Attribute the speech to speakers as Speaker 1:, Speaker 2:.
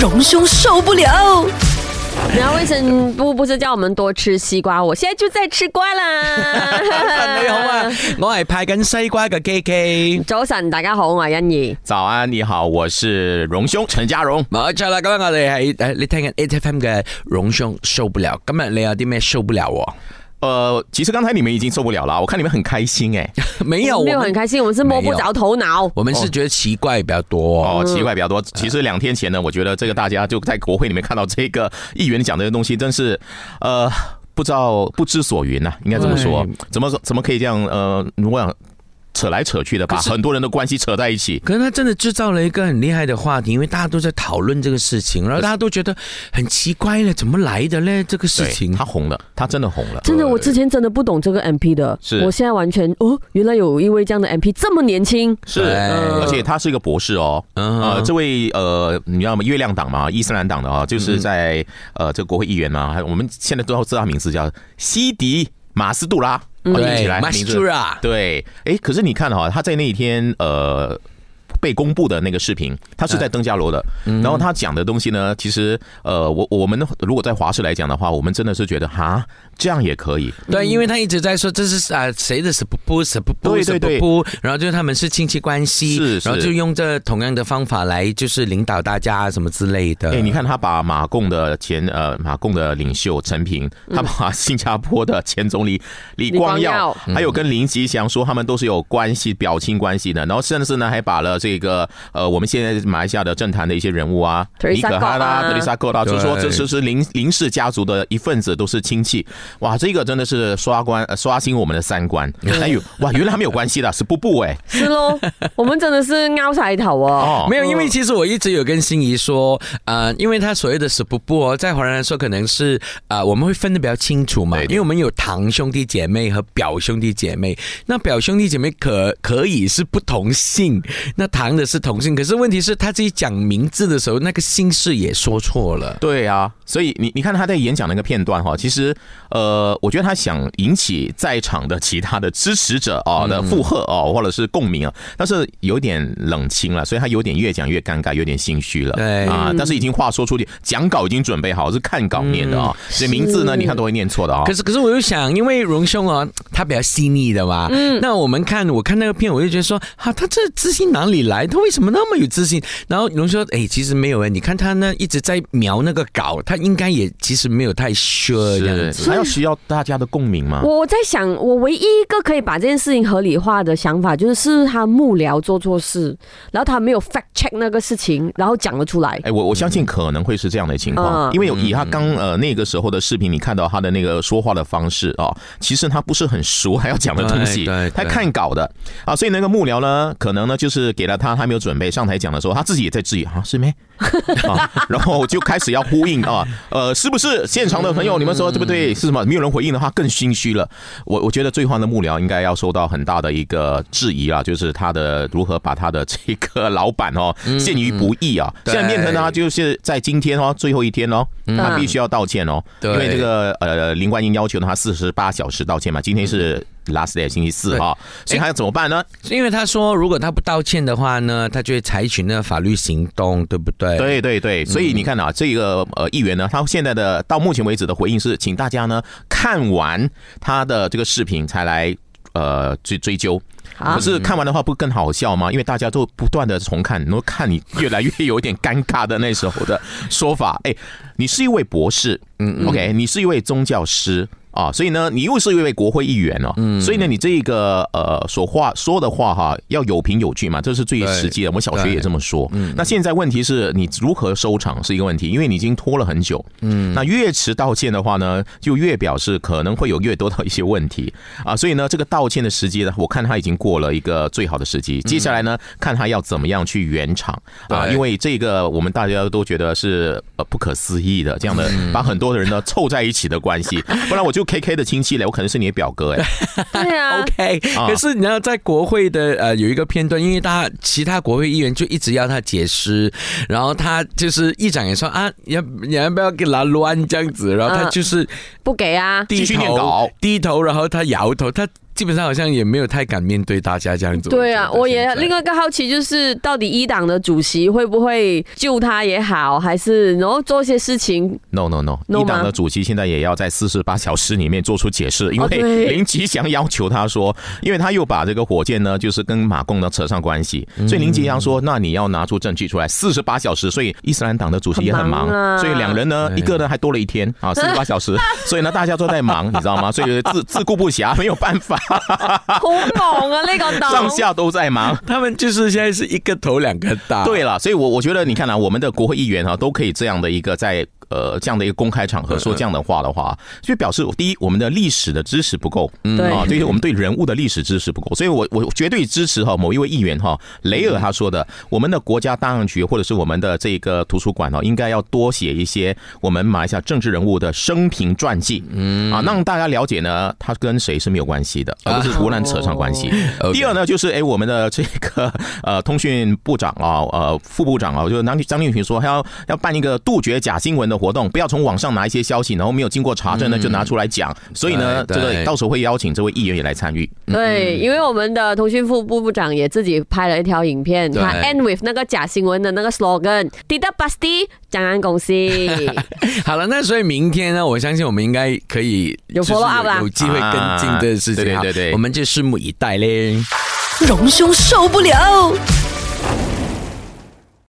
Speaker 1: 荣兄受不了。
Speaker 2: 然后卫生部不是叫我們多吃西瓜，我現在就在吃瓜啦。
Speaker 3: 早晨你好啊， 我係派緊西瓜嘅 KK。
Speaker 2: 早晨，大家好，我係欣怡。
Speaker 4: 早安，你好，我是榮兄陳家榮。
Speaker 3: 冇錯啦，今日我哋係誒你聽緊 8FM 嘅榮兄受不了。今日你有啲咩受不了喎？
Speaker 4: 呃，其實剛才你們已經受不了了，我看你們很開 心哎、
Speaker 3: 沒有，
Speaker 2: 我沒有
Speaker 3: 我
Speaker 2: 很
Speaker 3: 們
Speaker 2: 開心，我們是摸不着頭腦。
Speaker 3: 我們是覺得奇怪比較多。
Speaker 4: 哦，奇怪比較多。其實兩天前呢，我覺得這個大家就在國會裡面看到這個議員講的東西，真是，呃，不知道不知所云呐、啊，應該這麼說。怎麼怎麼可以這樣？呃，如果想扯來扯去的，把
Speaker 3: 可是
Speaker 4: 很多人的關係扯在一起。
Speaker 3: 可是他真的制造了一個很厲害的話題，因為大家都在討論這個事情，然後大家都覺得很奇怪呢，怎麼來的呢？這個事
Speaker 4: 對
Speaker 3: 情，
Speaker 4: 他紅了，他真的紅了。
Speaker 2: 真的，我之前真的不懂這個 MP 的，
Speaker 4: 是
Speaker 2: 我現在完全哦，原來有一位這樣的 MP 這麼年輕，
Speaker 4: 是，
Speaker 3: 对
Speaker 4: 哎而且他是一個博士哦。
Speaker 3: 呃嗯
Speaker 4: 呃，这位呃，你知道吗？月亮党嘛，伊斯兰党的啊、就是在
Speaker 3: 嗯
Speaker 4: 呃这个国会议员嘛，还我们现在都知道他名字叫西迪马斯杜拉，哦听起
Speaker 3: 嗯对
Speaker 4: 来
Speaker 3: 马
Speaker 4: 名
Speaker 3: 斯
Speaker 4: 字
Speaker 3: 杜拉
Speaker 4: 对，哎，可是你看哈、他在那一天呃。被公布的那个视频，他是在登嘉楼的，
Speaker 3: 嗯
Speaker 4: 然后他讲的东西呢，其实呃，我我们如果在华视来讲的话，我们真的是觉得哈，这样也可以，
Speaker 3: 对，因為他一直在說這是啊誰的什不不什不不
Speaker 4: 对
Speaker 3: 什
Speaker 4: 对
Speaker 3: 不
Speaker 4: 对
Speaker 3: 不，然後就是他們是親戚關
Speaker 4: 是
Speaker 3: 係，
Speaker 4: 是
Speaker 3: 然後就用這同樣的方法來就是領導大家啊什麼之類的。
Speaker 4: 哎、你看他把马共的前呃马共的领袖陈平，他把新加坡的前总理李光耀，
Speaker 2: 李
Speaker 4: 还有跟林吉祥说他们都是有关系表亲关系的，然后甚至呢还把了这个呃我们现在马来西亚的政坛的一些人物啊，
Speaker 2: Teresa
Speaker 4: 尼可哈
Speaker 2: Kok 啊
Speaker 4: 啦、德丽莎·戈啦，就说
Speaker 3: 对
Speaker 4: 这是是林林氏家族的一份子，都是亲戚，哇，这个真的是刷关、呃刷新我们的三观，哎呦，哇，原来他们有关系的，是布布哎、
Speaker 2: 是咯， 我們真的是拗晒頭哦。
Speaker 4: 哦，
Speaker 3: 没有，因为其实我一直有跟心仪说，呃，因为他所谓的死不不哦，在华人来说可能是呃，我们会分得比较清楚嘛，
Speaker 4: 对
Speaker 3: 因为我们有堂兄弟姐妹和表兄弟姐妹。那表兄弟姐妹可可以是不同姓，那堂的是同姓，可是问题是他自己讲名字的时候，那个姓氏也说错了。
Speaker 4: 对啊，所以你你看他在演讲那个片段哈，其实呃，我觉得他想引起在场的其他的支持者
Speaker 3: 嗯
Speaker 4: 啊的附和哦，或者是共鸣啊，但是有点冷清了，所以他有点越讲越尴尬，有点心虚了。
Speaker 3: 对
Speaker 4: 啊，但是已经话说出去，讲稿已经准备好，是看稿念的啊、所以名字呢，
Speaker 2: 是
Speaker 4: 你看都会念错的啊、
Speaker 3: 嗯可是可是我又想，因为荣兄哦，他比较细腻的嘛。嗯。那我们看我看那个片，我就觉得说，啊，他这自信哪里来？他为什么那么有自信？然后荣兄说，哎，其实没有哎，你看他呢一直在描那个稿，他应该也其实没有太 sure 这样子。
Speaker 4: 是还要需要大家的共鸣吗？
Speaker 2: 我我在想，我唯一一个可以把这件事情合理化的想法，就是是他幕僚做错事，然后他没有 fact check 那个事情，然后讲了出来。
Speaker 4: 哎，我我相信可能会是这样的情
Speaker 2: 嗯
Speaker 4: 况，因为有以他刚呃那个时候的视频，你看到他的那个说话的方式啊、其实他不是很熟还要讲的东西
Speaker 3: 对对对，
Speaker 4: 他看稿的啊，所以那个幕僚呢，可能呢就是给了他，他没有准备上台讲的时候，他自己也在质疑啊，是没啊， 然后就开始要呼应啊，呃，是不是现场的朋友你们说对不
Speaker 3: 嗯
Speaker 4: 对？是什么？没有人回应的话更心虚了。我我觉得最欢的幕僚应该要受到很大的一个质疑啊，就是他的如何把他的这个老板哦陷于不义啊，
Speaker 3: 嗯对嗯
Speaker 4: 现在变成他就是在今天哦，最后一天哦，他必须要道歉哦，
Speaker 3: 对
Speaker 4: 因为这个呃林冠英要求他四十八小时道歉嘛，今天
Speaker 3: 嗯
Speaker 4: 是 last day 星期四哈、所以他要怎么办呢？
Speaker 3: 因为他说，如果他不道歉的话呢，他就会采取那个法律行动，对不对？。
Speaker 4: 对对对，所以你看啊，这个呃议员呢，他现在的到目前为止的回应是，请大家呢看完他的这个视频才来呃追追究。
Speaker 2: 啊
Speaker 4: 可是看完的话不更好笑吗？因为大家都不断的重看，然后看你越来越有点尴尬的那时候的说法。哎，你是一位博士，嗯，OK，你是一位宗教师。啊，所以呢，你又是一位国会议员哦，所以呢，你这个呃所话说的话哈，要有凭有据嘛，这是最
Speaker 3: 对
Speaker 4: 实际的。我们小学
Speaker 3: 对嗯
Speaker 4: 也这么说。那现在问题是你如何收场是一个问题，因为你已经拖了很久。嗯，那越迟道歉的话呢，就越表示可能会有越多的一些问题啊。所以呢，这个道歉的时机呢，我看他已经过了一个最好的时机。接下来呢，看他要怎么样去圆场啊，
Speaker 3: 嗯对
Speaker 4: 因为这个我们大家都觉得是呃不可思议的这样的，
Speaker 3: 嗯
Speaker 4: 把很多的人呢凑在一起的关 系。不然我就 K K 的亲戚嘞，我可能是你的表哥哎。
Speaker 2: 对啊，
Speaker 3: OK，、
Speaker 4: 啊
Speaker 3: 可是你要在国会的呃有一个片段，因为他其他国会议员就一直要他解释，然后他就是议长也说啊，你要你要不要给他乱这样子，然后他
Speaker 2: 嗯
Speaker 3: 就是
Speaker 2: 不给啊。
Speaker 3: 低
Speaker 4: 继续念
Speaker 3: 头、
Speaker 4: 稿
Speaker 3: 低头，然后他摇头，他基本上好像也没有太敢面对大家这样子。
Speaker 2: 对啊，我也另
Speaker 3: 外
Speaker 2: 外一个好奇就是，到底一党的主席会不会救他也好，还是然后做些事情？
Speaker 4: No No No，
Speaker 2: No
Speaker 4: 一党
Speaker 2: 吗
Speaker 4: 的主席现在也要在四十八小时里面做出解释，因
Speaker 2: 哦
Speaker 4: 为
Speaker 2: 对
Speaker 4: 林吉祥要求他说，因为他又把这个火箭呢，就是跟马共呢扯上关系，
Speaker 2: 嗯
Speaker 4: 所以林吉祥说，那你要拿出证据出来，四十八小时，所以伊斯兰党的主席也很忙，
Speaker 2: 很忙啊
Speaker 4: 所以两人呢，
Speaker 3: 对
Speaker 4: 一个呢还多了一天 啊，四十八小时，所以呢大家都在忙，你知道吗？所以自自顾不暇，没有办法，
Speaker 2: 好猛啊！那个党
Speaker 4: 上下都在忙。
Speaker 3: 他们就是现在是一个头两个大。
Speaker 4: 对啊了，所以我我觉得你看啊，我们的国会议员啊，都可以这样的一个在呃这样的一个公开场合说这样的话的话，就表示第一，我们的历史的知识不够，嗯
Speaker 2: 对
Speaker 4: 啊，对于我们对人物的历史知识不够，所以我我绝对支持哈、某一位议员哈、雷尔他说的，我们的国家档案局或者是我们的这个图书馆哦、应该要多写一些我们马来西亚政治人物的生平传记，嗯啊，让大家了解呢，他跟谁是没有关系的，而不是胡乱扯上关系。
Speaker 3: OK
Speaker 4: 第二呢，就是哎，我们的这个呃，通讯部长啊，呃，副部长啊，就是张立张立群说，他要要办一个杜绝假新闻的活动，不要从网上拿一些消息，然后没有经过查证呢，就拿出来讲。所以呢，
Speaker 3: 嗯对
Speaker 4: 这个
Speaker 3: 对
Speaker 4: 到时候会邀请这位议员也来参与。嗯
Speaker 2: 对，因为我们的通讯副部部长也自己拍了一条影片，
Speaker 3: 对
Speaker 2: 他 end with 那个假新闻的那个 slogan，“Tidak pasti jangan kongsi”，
Speaker 3: 好了，那所以明天呢，我相信我们应该可以
Speaker 2: 有
Speaker 3: 就是
Speaker 2: follow up 啦
Speaker 3: 有机会跟进这个事情。
Speaker 4: 啊对对
Speaker 3: 好
Speaker 4: 对对对
Speaker 3: 我们就拭目以待嘞。
Speaker 1: 荣兄受不了。